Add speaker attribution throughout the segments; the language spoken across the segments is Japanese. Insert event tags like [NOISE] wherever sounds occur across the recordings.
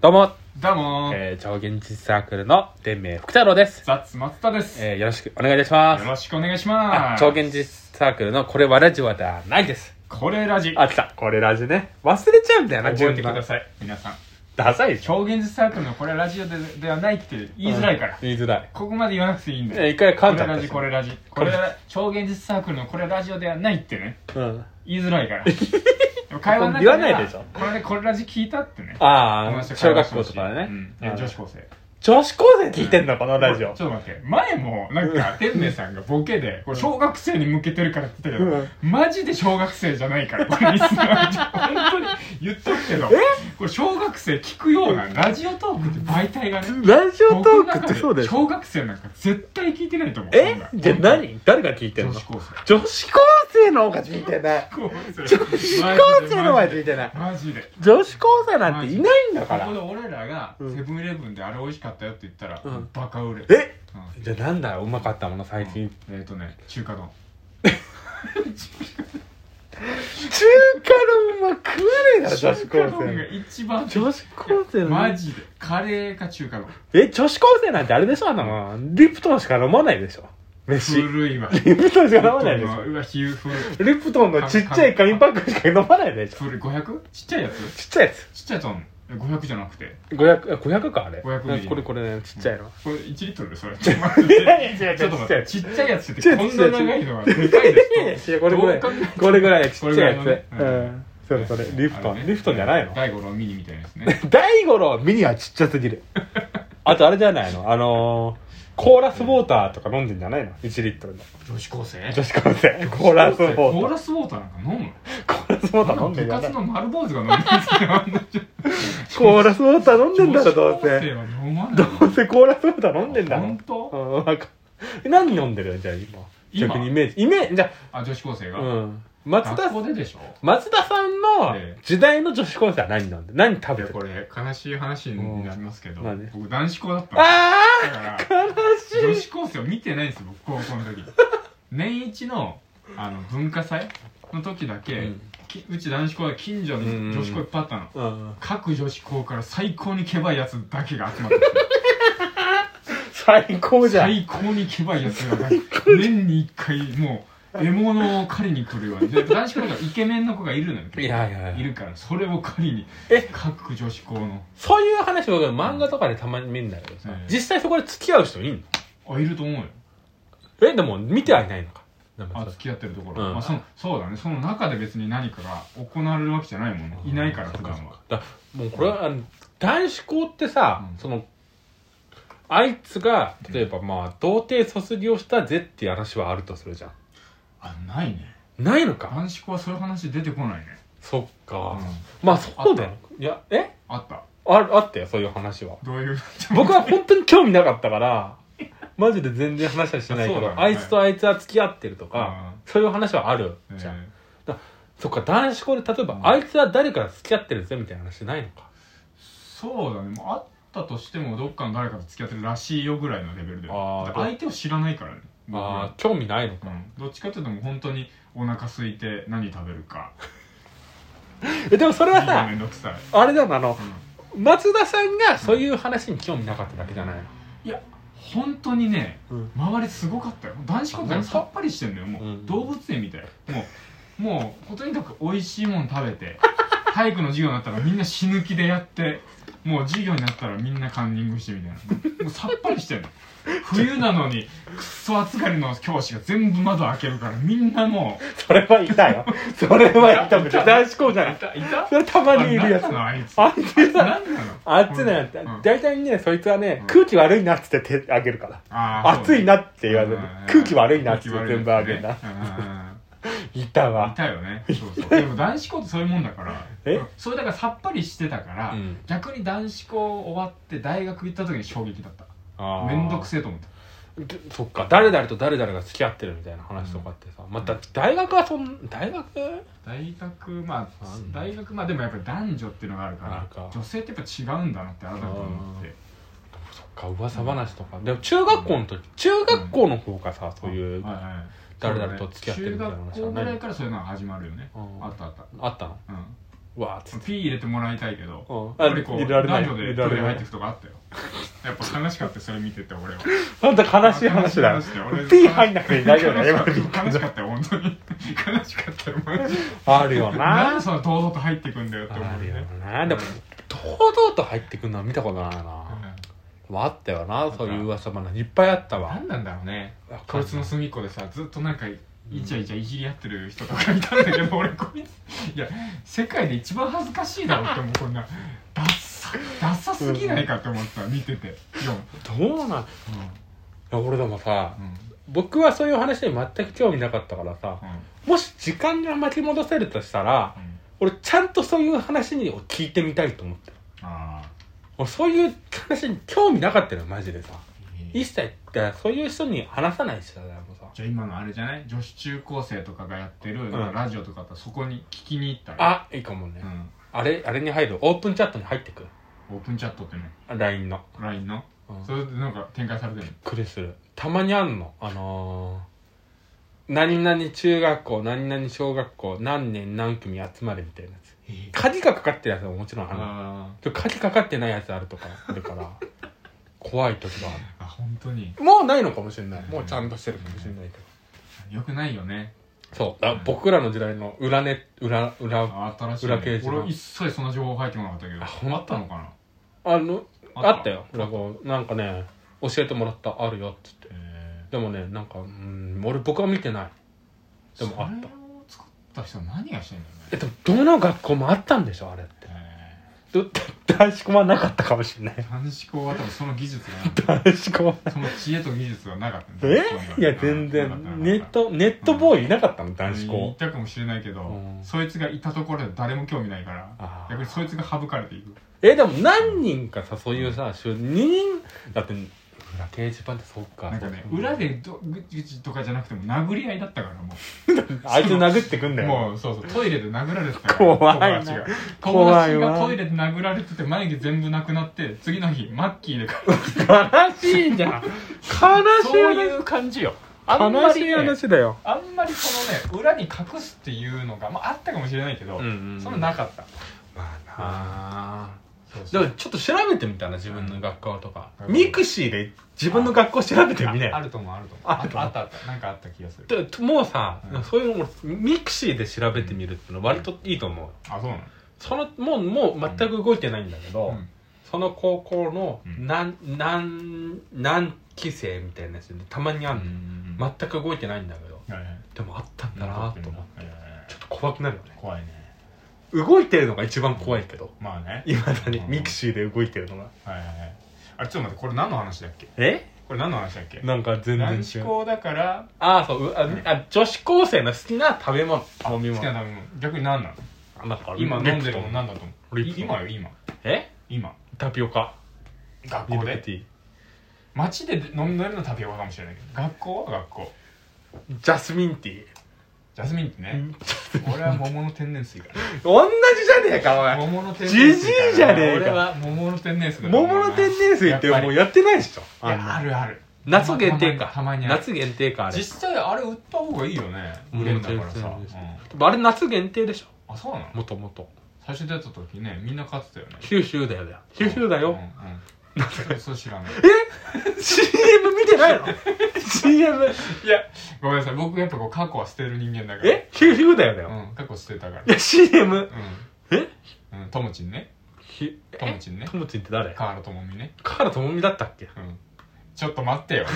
Speaker 1: どうも、
Speaker 2: どうもー、
Speaker 1: えー、超現実サークルの天明福太郎です、
Speaker 2: ザッツ松田です、
Speaker 1: えー。よろしくお願いいたしま
Speaker 2: よ
Speaker 1: す。
Speaker 2: ろしくお願いし
Speaker 1: あ
Speaker 2: ま、す。
Speaker 1: 超現実サークルのこれはラジオではないです。
Speaker 2: これラジ。
Speaker 1: あ、来た。これラジね。忘れちゃうんだよな、
Speaker 2: 覚えてく
Speaker 1: 順番
Speaker 2: ださい、皆さん。
Speaker 1: ダサいでしょ。
Speaker 2: 超現実サークルのこれラジオでではないって言いづらいから。
Speaker 1: 言いづらい。
Speaker 2: ここまで言わなくていい
Speaker 1: え
Speaker 2: ん
Speaker 1: ー
Speaker 2: で。
Speaker 1: 一回
Speaker 2: こ
Speaker 1: 噛んじ
Speaker 2: れ
Speaker 1: ゃった
Speaker 2: ラジ、
Speaker 1: し
Speaker 2: これラジ。これラ超現実サークルのこれラジオではないってね。
Speaker 1: うん。
Speaker 2: 言いづら
Speaker 1: [LAUGHS]
Speaker 2: いから。でも会話の中で
Speaker 1: 言わないでしょ
Speaker 2: これでこれラジ聞いたってね。
Speaker 1: あ
Speaker 2: 友
Speaker 1: あ、
Speaker 2: 達と
Speaker 1: 小
Speaker 2: 会話
Speaker 1: 学
Speaker 2: してほ
Speaker 1: 校
Speaker 2: しい
Speaker 1: とかね
Speaker 2: うん。いや女子高生。
Speaker 1: 女子高生聞いてんの、このラジ
Speaker 2: [LAUGHS] ちょ
Speaker 1: オ
Speaker 2: っ。と待って前もなんか天明さんがボケでこれ小学生に向けてるからって言ったけど、マジで小学生じゃないからこれリスナーに本当に言っとくけどこれ小学生聞くようなラジオトークって媒体がね
Speaker 1: ラジオト
Speaker 2: 僕の
Speaker 1: ークっ
Speaker 2: 中
Speaker 1: てそうだ
Speaker 2: で
Speaker 1: よ。
Speaker 2: 小学生なんか絶対聞いてないと思う
Speaker 1: え
Speaker 2: そんな
Speaker 1: じゃあ何誰が聞いてん
Speaker 2: 女
Speaker 1: の
Speaker 2: 子高
Speaker 1: 女子高生の方が聞いてない。
Speaker 2: 生女
Speaker 1: 女子高生の方が聞いてない。
Speaker 2: マジでマジで
Speaker 1: 女子高生なんていないんだ
Speaker 2: こ
Speaker 1: か
Speaker 2: こ
Speaker 1: ら
Speaker 2: で。俺らが
Speaker 1: うん
Speaker 2: セブンイレブンであれ美味しかったよって言ったら、
Speaker 1: うん
Speaker 2: バカ売れ
Speaker 1: え
Speaker 2: うん
Speaker 1: じゃあなんだようまかったもの最近、
Speaker 2: えっ、とね中華丼
Speaker 1: 中華のうま食わねえだろ女子
Speaker 2: 中華
Speaker 1: 高
Speaker 2: 丼が
Speaker 1: 生
Speaker 2: 一番
Speaker 1: 女子高生
Speaker 2: マ
Speaker 1: の
Speaker 2: ジでカレーか中華丼
Speaker 1: え女子高生なんてあれでしょあのリプトンしか飲まないでしょ飯
Speaker 2: 古いわ
Speaker 1: リプトンしか飲まないでし
Speaker 2: うわ皮膚古い
Speaker 1: ょリプトンのちっちゃい紙パックしか飲まないでしょ
Speaker 2: 古い 500? ちっちゃいやつ
Speaker 1: ちっちゃいやつ
Speaker 2: ちっちゃいやつあんの500じゃなくて
Speaker 1: 500, あ500かあれ
Speaker 2: 500ミリ
Speaker 1: これこれねちっちゃいの、
Speaker 2: これ1リットルで
Speaker 1: [LAUGHS]
Speaker 2: それちょっと待ってちょっと待ってちっちゃいやつってこんな長いのがでかいで
Speaker 1: [LAUGHS] いやいやこれぐらい
Speaker 2: どう考えても
Speaker 1: これぐらいちっちゃいや
Speaker 2: こ
Speaker 1: つ、
Speaker 2: れぐ
Speaker 1: う
Speaker 2: らいのね
Speaker 1: んそれそれ
Speaker 2: す
Speaker 1: リプト
Speaker 2: あ
Speaker 1: ン、
Speaker 2: ね
Speaker 1: リプトンじゃないの
Speaker 2: 第五のミニみたいなやつね
Speaker 1: 大五郎ミニはちっちゃすぎる [LAUGHS] あとあれじゃないのあのー、コーラスウォーターとか飲んでんじゃないの1リットルの
Speaker 2: 女子高生
Speaker 1: 女子高生コーラスウォータ
Speaker 2: コー
Speaker 1: ー
Speaker 2: ラスウォーターなんか飲む
Speaker 1: コーラスウォーター
Speaker 2: の
Speaker 1: 飲んで
Speaker 2: 部
Speaker 1: んじゃな
Speaker 2: 活
Speaker 1: い
Speaker 2: の丸坊主が飲むんですけどあんな
Speaker 1: コーラスウォーター飲ん [LAUGHS] でんだろど
Speaker 2: 女
Speaker 1: う
Speaker 2: 子高生
Speaker 1: せ
Speaker 2: は飲まない
Speaker 1: どうせコーラスウォーター飲んでんだろ
Speaker 2: 本当
Speaker 1: うんわかん何飲んでるじゃあ今
Speaker 2: 今
Speaker 1: 逆にイメージイメージじゃ
Speaker 2: あ女子高生
Speaker 1: あ
Speaker 2: が、
Speaker 1: うん松田
Speaker 2: 学校ででしょ
Speaker 1: 松田さんの
Speaker 2: ええ
Speaker 1: 時代の女子高生は何飲んでる何食
Speaker 2: い
Speaker 1: べ
Speaker 2: や
Speaker 1: てる
Speaker 2: これ悲しい話になりますけど、
Speaker 1: うんまあね
Speaker 2: 僕男子校だったんで
Speaker 1: あ
Speaker 2: すだから
Speaker 1: あ悲
Speaker 2: 女
Speaker 1: しい
Speaker 2: 子高生を見てないんですよ僕高校の時年一のあの文化祭の時だけ、
Speaker 1: うん
Speaker 2: きうち男子校で近所
Speaker 1: うんうん
Speaker 2: に女子校いっぱいあったの、
Speaker 1: うん
Speaker 2: 各女子校から最高にケバいやつだけが集まってきて
Speaker 1: 最高じゃん
Speaker 2: 最高にケバいやつが年に一回もう獲物を狩りに来るようにで男子校だからイケメンの子がいるのよ
Speaker 1: いやいやいや
Speaker 2: いるからそれを狩りに
Speaker 1: え
Speaker 2: 各女子校の
Speaker 1: そういう話僕漫画とかでたまに見るんだけどさ、
Speaker 2: うん
Speaker 1: 実際そこで付き合う人いん
Speaker 2: あいると思うよ
Speaker 1: のえでも見てはいないのかでも
Speaker 2: あ
Speaker 1: そう
Speaker 2: 付き合ってるところ、
Speaker 1: うん
Speaker 2: まあ、そのそうだねその中で別に何かが行われるわけじゃないもんねいないから
Speaker 1: そっ
Speaker 2: 普段
Speaker 1: そっ
Speaker 2: は
Speaker 1: だもうこれは、あの男子校ってさ、
Speaker 2: うん
Speaker 1: そのあいつが例えばまあ童貞卒業したぜっていう話はあるとするじゃん
Speaker 2: あないね
Speaker 1: ないのか
Speaker 2: 男子校はそういう話出てこないね、
Speaker 1: そっ
Speaker 2: うん
Speaker 1: か、、まあそうだよいやえ
Speaker 2: あった
Speaker 1: ああったよそういう話は
Speaker 2: どういう
Speaker 1: 僕は本当に興味なかった
Speaker 2: [LAUGHS]
Speaker 1: からマジで全然話はしてないけ
Speaker 2: そう
Speaker 1: ど、
Speaker 2: だね
Speaker 1: あいつとあいつは付き合ってるとか、
Speaker 2: [LAUGHS] あ
Speaker 1: そういう話はある
Speaker 2: ー、え
Speaker 1: じゃん、
Speaker 2: ー
Speaker 1: そっか男子校で例えば、
Speaker 2: うん
Speaker 1: あいつは誰から付き合ってるぜみたいな話ないのか
Speaker 2: そうだねもうあったとしてもどっかの誰かと付き合ってるらしいよぐらいのレベルで
Speaker 1: あー
Speaker 2: 相手を知らないからね僕
Speaker 1: あ
Speaker 2: は
Speaker 1: あ興味ないのか
Speaker 2: うん、どっちかっていうともう本当にお腹空いて何食べる
Speaker 1: [LAUGHS]
Speaker 2: か
Speaker 1: えでもそれは
Speaker 2: 家が
Speaker 1: さ
Speaker 2: めんどくさい、
Speaker 1: あれだなあの
Speaker 2: うん
Speaker 1: 松田さんがそういう話に興味なかっただけじゃないの
Speaker 2: 本当にね、
Speaker 1: うん
Speaker 2: 周りすごかったよ男子校
Speaker 1: あ
Speaker 2: が
Speaker 1: 本当
Speaker 2: さっぱりしてんのよもう、
Speaker 1: うん
Speaker 2: 動物園みたいもうもうとにかく美味しいもん食べて [LAUGHS] 体育の授業になったらみんな死ぬ気でやってもう授業になったらみんなカンニングしてみたいなもうさっぱりしてんの
Speaker 1: [LAUGHS]
Speaker 2: 冬なのにくっそ暑がりの教師が全部窓開けるからみんなも
Speaker 1: それはいたよ [LAUGHS] それはいた別に [LAUGHS] 男子校じゃ
Speaker 2: う
Speaker 1: ない
Speaker 2: いたいた
Speaker 1: それたまにいるやつ
Speaker 2: あなんなのあいつ
Speaker 1: あいつさ
Speaker 2: 何なの
Speaker 1: あっちね
Speaker 2: うん
Speaker 1: 大体ねそいつはね
Speaker 2: うん
Speaker 1: 空気悪いなっつって手あげるから
Speaker 2: あーそう
Speaker 1: 暑いなって言わずに
Speaker 2: うん
Speaker 1: 空気悪いなっつって全部あげるな
Speaker 2: 空気悪いですねうん
Speaker 1: いた
Speaker 2: い
Speaker 1: わ
Speaker 2: た
Speaker 1: [LAUGHS]
Speaker 2: よねそうそうでも男子校ってそういうもんだから
Speaker 1: え
Speaker 2: それだからさっぱりしてたから、
Speaker 1: うん
Speaker 2: 逆に男子校終わって大学行った時に衝撃だっためん
Speaker 1: 面
Speaker 2: どくせえと思った
Speaker 1: でそっか誰々と誰々が付き合ってるみたいな話とかってさ、また大学はそん大学
Speaker 2: 大学まあ
Speaker 1: なんだ
Speaker 2: 大学まあでもやっぱり男女っていうのがあるか
Speaker 1: あ
Speaker 2: ら
Speaker 1: るか
Speaker 2: 女性ってやっぱ違うんだなって改めて思って
Speaker 1: そっか噂話とか、でも中学校の時中学校の方がさ、そういう
Speaker 2: はいはい
Speaker 1: 誰々と付き合ってるみたいな
Speaker 2: そ
Speaker 1: 話は
Speaker 2: うだね中学校
Speaker 1: な
Speaker 2: ぐらい
Speaker 1: い
Speaker 2: からそういうのが始まるよね
Speaker 1: うん
Speaker 2: あったあった
Speaker 1: あったの
Speaker 2: うん
Speaker 1: わーっつって
Speaker 2: ピー入れてもらいたいけど、
Speaker 1: うんあ
Speaker 2: 俺こ
Speaker 1: 入
Speaker 2: う
Speaker 1: れられない
Speaker 2: 男女で
Speaker 1: 入れら
Speaker 2: ト
Speaker 1: れ
Speaker 2: イ
Speaker 1: ない
Speaker 2: レ入ってくとかあっ
Speaker 1: [LAUGHS]
Speaker 2: たよやっぱ悲しかったよそれ見てて俺は
Speaker 1: なんだ悲しい話だよ
Speaker 2: 悲しい話だよ
Speaker 1: ピー入んなくて大丈夫だ
Speaker 2: 悲しか
Speaker 1: よ
Speaker 2: った悲しかったよ本当に悲しかったよマジで
Speaker 1: あるよ
Speaker 2: なんで
Speaker 1: な
Speaker 2: その堂々と入ってくんだよって思
Speaker 1: あ
Speaker 2: う
Speaker 1: るよ
Speaker 2: ね
Speaker 1: なでも堂々と入ってくるのは見たことないなあったよなそういう噂話いっぱいあった
Speaker 2: うん
Speaker 1: わ
Speaker 2: なんなんだろうね
Speaker 1: わかん
Speaker 2: 教
Speaker 1: ない
Speaker 2: 室の隅っこでさずっとなんかイチャイチャいじり合ってる人とかいたんだけど俺こいついや世界で一番恥ずかしいだろって思うこんなダッサダッサすぎないかって思った見てて4
Speaker 1: どうなんいや俺でもさ
Speaker 2: うんうん
Speaker 1: 僕はそういう話に全く興味なかったからさもし時間が巻き戻せるとしたら
Speaker 2: うん
Speaker 1: 俺ちゃんとそういう話にを聞いてみたいと思ってる
Speaker 2: ああ
Speaker 1: 俺そういう話に興味なかったのよマジでさ一切ってそういう人に話さないしさでもさ
Speaker 2: じゃあ今のあれじゃない女子中高生とかがやってるなんかラジオとかあったらそこに聞きに行った
Speaker 1: あ
Speaker 2: ら
Speaker 1: いいかもね、
Speaker 2: うん
Speaker 1: あれあれに入るオープンチャットに入ってく
Speaker 2: オープンチャットってね
Speaker 1: LINE の、
Speaker 2: LINE の
Speaker 1: うん
Speaker 2: それでなんか展開されてるの
Speaker 1: くりするたまにあんのあのー、何々中学校何々小学校何年何組集まれみたいなやつ鍵がかかってるやつももちろんある
Speaker 2: あ
Speaker 1: でも鍵かかってないやつあるとかあるから怖い時があ
Speaker 2: ーあ本当に
Speaker 1: るもうないのかもしれないもうちゃんとしてるかもしれないけど
Speaker 2: よくないよね
Speaker 1: そうだ僕らの時代の裏ね裏裏
Speaker 2: あ新しい、
Speaker 1: 裏掲
Speaker 2: ね、
Speaker 1: 示板
Speaker 2: 俺一切そんな情報入ってこなかったけど
Speaker 1: あほんと
Speaker 2: あったのかな
Speaker 1: あの
Speaker 2: あった
Speaker 1: あったよ裏こうなんかね教えてもらったあるよっつって
Speaker 2: え
Speaker 1: でもねなんかうん俺僕は見てない
Speaker 2: ー
Speaker 1: でもあっ
Speaker 2: それを作った人は何がしてんだ
Speaker 1: え
Speaker 2: ろ
Speaker 1: でもどの学校もあったんでしょあれって
Speaker 2: うねえ
Speaker 1: ど [LAUGHS] 男子校はなかったかもしれない
Speaker 2: ー男子校は多分その技術がなかっ
Speaker 1: 男子校は
Speaker 2: たその知恵と技術はなかったんだ
Speaker 1: え
Speaker 2: そううのが
Speaker 1: いや全
Speaker 2: なかった
Speaker 1: 然ネ
Speaker 2: な
Speaker 1: ッ
Speaker 2: かった
Speaker 1: トネットボーイいなかったの男子
Speaker 2: うんい
Speaker 1: 校
Speaker 2: たかもしれないけど、
Speaker 1: うん
Speaker 2: そいつがいたところで誰も興味ないから
Speaker 1: あー
Speaker 2: 逆にそいつが省かれていく
Speaker 1: えでも何人かさそういうさ2人だって裏掲示板ってそうか
Speaker 2: なんかね
Speaker 1: そう
Speaker 2: 裏でどぐちぐちとかじゃなくても殴り合いだったからも
Speaker 1: あいつ殴ってくんだ
Speaker 2: う
Speaker 1: よ
Speaker 2: もうそうそうトイレで殴られてたから
Speaker 1: 怖いな
Speaker 2: 友達が友
Speaker 1: 怖い
Speaker 2: 達
Speaker 1: わ
Speaker 2: がトイレで殴られてて眉毛全部なくなって次の日マッキーで帰って
Speaker 1: 悲しいじゃん悲し
Speaker 2: そう
Speaker 1: い
Speaker 2: いう感じよあん
Speaker 1: 話
Speaker 2: ま
Speaker 1: 悲
Speaker 2: り、
Speaker 1: し
Speaker 2: ね
Speaker 1: い、話だよ
Speaker 2: あんまりそのね裏に隠すっていうのが、まあ、あったかもしれないけど、
Speaker 1: うんうんうん
Speaker 2: そんななかった
Speaker 1: まあな
Speaker 2: そう
Speaker 1: で
Speaker 2: そう
Speaker 1: もちょっと調べてみたな自分の学校とか、
Speaker 2: うん
Speaker 1: ミクシーで自分の学校調べてみな
Speaker 2: ああ
Speaker 1: よ
Speaker 2: ると思うあると思う
Speaker 1: あ
Speaker 2: あ
Speaker 1: ると思う
Speaker 2: あったあったなんかあった気がする
Speaker 1: でもうさ、
Speaker 2: うん
Speaker 1: そういうの俺ミクシーで調べてみるっての割といいと思う
Speaker 2: あそうなの
Speaker 1: そのもうもう全く動いてないんだけど、
Speaker 2: うん
Speaker 1: その高校の
Speaker 2: うん
Speaker 1: 何、何何期生みたいなやつでたまにあんの、全く動いてないんだけど
Speaker 2: はいはい
Speaker 1: でもあったんだなと思って
Speaker 2: はいはいはい
Speaker 1: ちょっと怖くなるよね
Speaker 2: 怖いね
Speaker 1: 動いてるのが一番怖いけど
Speaker 2: まあね
Speaker 1: いまだに
Speaker 2: うん
Speaker 1: ミクシーで動いてるのが
Speaker 2: はいはいはいあれちょっと待ってこれ何の話だっけ
Speaker 1: え
Speaker 2: これ何の話だっけ
Speaker 1: なんか全
Speaker 2: 男
Speaker 1: 然
Speaker 2: 子
Speaker 1: 違う
Speaker 2: 校だから
Speaker 1: ああそううああ女子高生の好きな食べ物飲み
Speaker 2: 好きな
Speaker 1: 物
Speaker 2: 食べ物逆に何なの
Speaker 1: なんか
Speaker 2: 今飲んで
Speaker 1: リプ
Speaker 2: る
Speaker 1: ト
Speaker 2: もん
Speaker 1: ン
Speaker 2: 何だと思う
Speaker 1: リプトン
Speaker 2: 今よ今
Speaker 1: え
Speaker 2: 今
Speaker 1: タピオカ
Speaker 2: 学
Speaker 1: ミ
Speaker 2: 校
Speaker 1: ルク
Speaker 2: で
Speaker 1: ティー
Speaker 2: 街で飲んでるのタピオカかもしれないけど学校は学校
Speaker 1: ジャスミンティ
Speaker 2: ジャスミンって
Speaker 1: ー、
Speaker 2: ね俺は桃の天
Speaker 1: [LAUGHS]
Speaker 2: 然水か
Speaker 1: 同じじゃねえかお
Speaker 2: ら
Speaker 1: 前
Speaker 2: 桃の天然水
Speaker 1: じじいじゃねえか
Speaker 2: 俺は桃の天然水だと思う
Speaker 1: 桃
Speaker 2: な
Speaker 1: の天然水ってもう
Speaker 2: やっ
Speaker 1: やってないでしょ
Speaker 2: ぱりいやあるある
Speaker 1: 夏限定か
Speaker 2: たまにたまにある
Speaker 1: 夏限定かあれ
Speaker 2: 実際あれ売った方がいいよね
Speaker 1: うん
Speaker 2: 売れんだからさ、
Speaker 1: 全然全然
Speaker 2: うん
Speaker 1: あれ夏限定でしょ
Speaker 2: あそうなの
Speaker 1: もともと
Speaker 2: 最初出た時ねみんな勝ってたよね
Speaker 1: 九州だよだよ九州だよ、
Speaker 2: うん、うん、それそう知らない
Speaker 1: CM 見てないの CM
Speaker 2: いやごめんなさい僕やっぱこう過去は捨てる人間だから
Speaker 1: え九州だよだよ、
Speaker 2: うん過去捨てたから
Speaker 1: いや CM え
Speaker 2: うん、うん、ともちんね
Speaker 1: ひ
Speaker 2: ともちんね
Speaker 1: ともちんって誰
Speaker 2: 河原ともみね
Speaker 1: カールともみだったっけ
Speaker 2: うんちょっと
Speaker 1: [LAUGHS]
Speaker 2: 待ってよ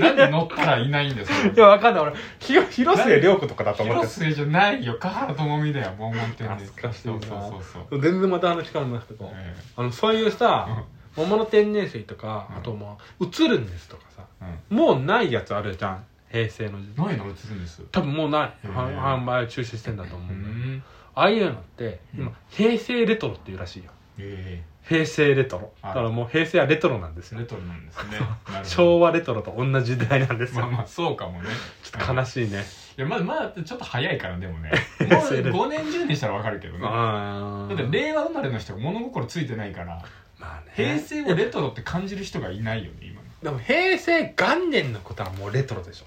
Speaker 2: なんで乗ったらいないんだよそれ
Speaker 1: いや、わかんない。俺、ひ広末涼子とかだと思って
Speaker 2: 広
Speaker 1: た。
Speaker 2: 末じゃないよ河原ともみだよモンモン天然水
Speaker 1: 懐かしい
Speaker 2: そう
Speaker 1: な
Speaker 2: そうそうそう、
Speaker 1: 全然また話変わりますけど、
Speaker 2: え
Speaker 1: あの、そういうさ、桃の天然水とか、
Speaker 2: うん
Speaker 1: あとまあ、映るんですとかさ、
Speaker 2: えうん
Speaker 1: もうないやつあるじゃん。平成の時代。
Speaker 2: 何の映るんです
Speaker 1: 多分もうない。
Speaker 2: へー
Speaker 1: 販販売中止してんだと
Speaker 2: う
Speaker 1: 思うんだよ。
Speaker 2: ん
Speaker 1: ああいうのって、
Speaker 2: う
Speaker 1: 今
Speaker 2: ん、
Speaker 1: 平成レトロっていうらしいよ。
Speaker 2: え
Speaker 1: 平成レトロ。
Speaker 2: は
Speaker 1: だ
Speaker 2: い
Speaker 1: からもう平成はレトロなんです
Speaker 2: え
Speaker 1: よ
Speaker 2: レ。トロなんですねなるほど
Speaker 1: 昭和レトロと同じ時代なんです
Speaker 2: まあ
Speaker 1: よ。
Speaker 2: まあそうかもね
Speaker 1: ちょっと悲しいね。
Speaker 2: いやまだまだちょっと早いから
Speaker 1: [LAUGHS]
Speaker 2: でもねもう
Speaker 1: 平成で
Speaker 2: 5年10年したらわかるけどねだ
Speaker 1: あ
Speaker 2: って令和生まれの人が物心ついてないから
Speaker 1: まあね。
Speaker 2: 平成をレトロって感じる人がいないよね今
Speaker 1: でも平成元年のことはもうレトロでしょ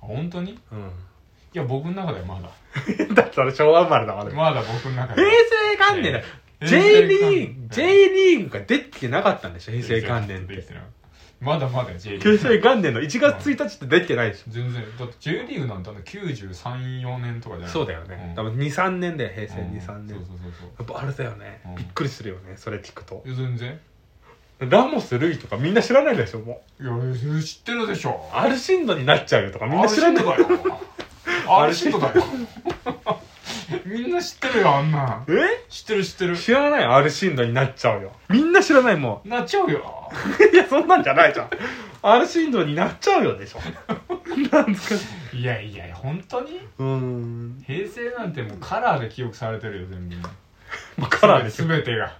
Speaker 2: 本当に
Speaker 1: うん [LAUGHS]
Speaker 2: いや僕の中ではまだ
Speaker 1: だったら昭和生まれだからね。
Speaker 2: まだ僕の中で
Speaker 1: 平
Speaker 2: は
Speaker 1: 成元年だ。
Speaker 2: えー
Speaker 1: J リ
Speaker 2: 平成
Speaker 1: ー
Speaker 2: 元
Speaker 1: グ、
Speaker 2: 年
Speaker 1: J リーグが出てなかったんでしょ平成元年っ
Speaker 2: で
Speaker 1: て
Speaker 2: き。てないまだまだ J リ
Speaker 1: 平
Speaker 2: ー
Speaker 1: 成
Speaker 2: グ
Speaker 1: 元年の1月1日って出てないでしょ。
Speaker 2: 全然だって J リーグなんてあの934年とかじゃない
Speaker 1: そうだよね。
Speaker 2: ん
Speaker 1: 多分2、3年だよ、平成
Speaker 2: うん
Speaker 1: 2、3年。
Speaker 2: そうそうそうそう
Speaker 1: やっぱあれだよね
Speaker 2: うん。
Speaker 1: びっくりするよね、それ聞くと
Speaker 2: い。や全然
Speaker 1: ラモス、ルイとかみんな知らないでしょ、も
Speaker 2: いや知ってるでしょ
Speaker 1: う。アルシンドになっちゃうよとかみんな知ら
Speaker 2: ん
Speaker 1: ない。
Speaker 2: だよあれシットだよみんな知ってるよあんなん
Speaker 1: え
Speaker 2: 知ってる知ってる
Speaker 1: 知らないアルシンドになっちゃうよ。みんな知らないもん。
Speaker 2: なっちゃうよ
Speaker 1: [LAUGHS] いや、そんなんじゃないじゃん。アルシンドになっちゃうよでしょ。なんですか。
Speaker 2: いやいや本当に
Speaker 1: うーん。
Speaker 2: 平成なんてもうカラーで記憶されてるよ全部
Speaker 1: まあ、カラーですよ。
Speaker 2: 全てが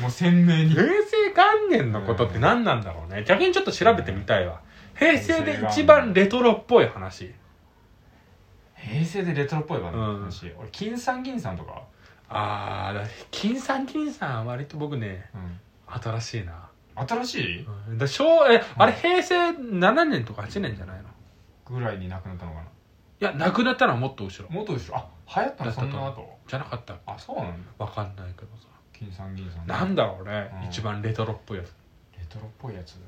Speaker 2: もう鮮明に
Speaker 1: 平成元年のことって何なんだろうね。逆にちょっと調べてみたいわ。平成で一番レトロっぽい話。
Speaker 2: 平成でレトロっぽいわね、
Speaker 1: うん
Speaker 2: 話俺金さん銀さんとか、
Speaker 1: あー、だ金さん金さんは割と僕ね、新しいな。
Speaker 2: 新しい
Speaker 1: うんだ昭え、あれ平成7年とか8年じゃないのい
Speaker 2: ぐらいになくなったのかな
Speaker 1: や、亡くなったのはもっと後ろ。
Speaker 2: 元でしょあ流行った
Speaker 1: だ
Speaker 2: の
Speaker 1: った
Speaker 2: そ
Speaker 1: と
Speaker 2: んな後
Speaker 1: じゃなかった
Speaker 2: あそうなんだ
Speaker 1: わかんないけどさ。
Speaker 2: 金さん銀さん
Speaker 1: なんだろうね、
Speaker 2: うん
Speaker 1: 一番レトロっぽいやつ。
Speaker 2: レトロっぽいやつなん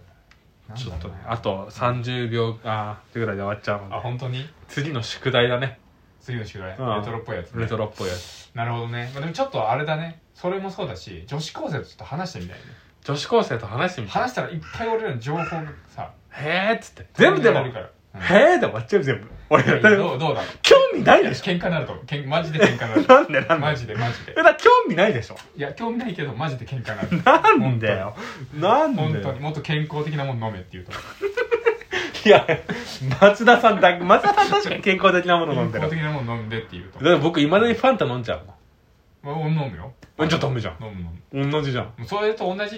Speaker 2: だ
Speaker 1: ちょ
Speaker 2: ろう
Speaker 1: っとね、あと30秒、あー、ってぐらいで終わっちゃうので
Speaker 2: あ本当に
Speaker 1: 次の宿題だね。
Speaker 2: 次の宿題、
Speaker 1: うん
Speaker 2: レトロっぽいやつね、
Speaker 1: レトロっぽいやつ。
Speaker 2: なるほどね、まあ、でもちょっとあれだねそれもそうだし女子高生とちょっと話してみたいね
Speaker 1: 女子高生と話してみたい。
Speaker 2: 話したらいっぱい俺らの情報がさ
Speaker 1: へーっつって。全部でも、
Speaker 2: 取り
Speaker 1: へ
Speaker 2: 入れられるからうん
Speaker 1: ーで終わっちゃう全部。俺
Speaker 2: いやいやどうどうだろう
Speaker 1: 興味ない
Speaker 2: いや
Speaker 1: でしょ
Speaker 2: 喧嘩になると思うけんマジで喧嘩になる
Speaker 1: なんでなんで
Speaker 2: マジでマジで
Speaker 1: え、だ、興味ないでしょ
Speaker 2: いや興味ないけどマジで喧嘩になる
Speaker 1: なんだよ。なんだ
Speaker 2: 本当に
Speaker 1: よ。
Speaker 2: もっと健康的なもの飲めって言うと
Speaker 1: いや、松田さんだ、松田さん確かに健康的なもの飲んで
Speaker 2: 健康
Speaker 1: る。
Speaker 2: 的なもの飲んでって言うと
Speaker 1: だから僕、未だにファンタ飲んじゃう
Speaker 2: まあ飲むよ
Speaker 1: もん。ちょっと飲むじゃん。
Speaker 2: 飲む飲む
Speaker 1: 同じじゃん。
Speaker 2: もうそれと同じ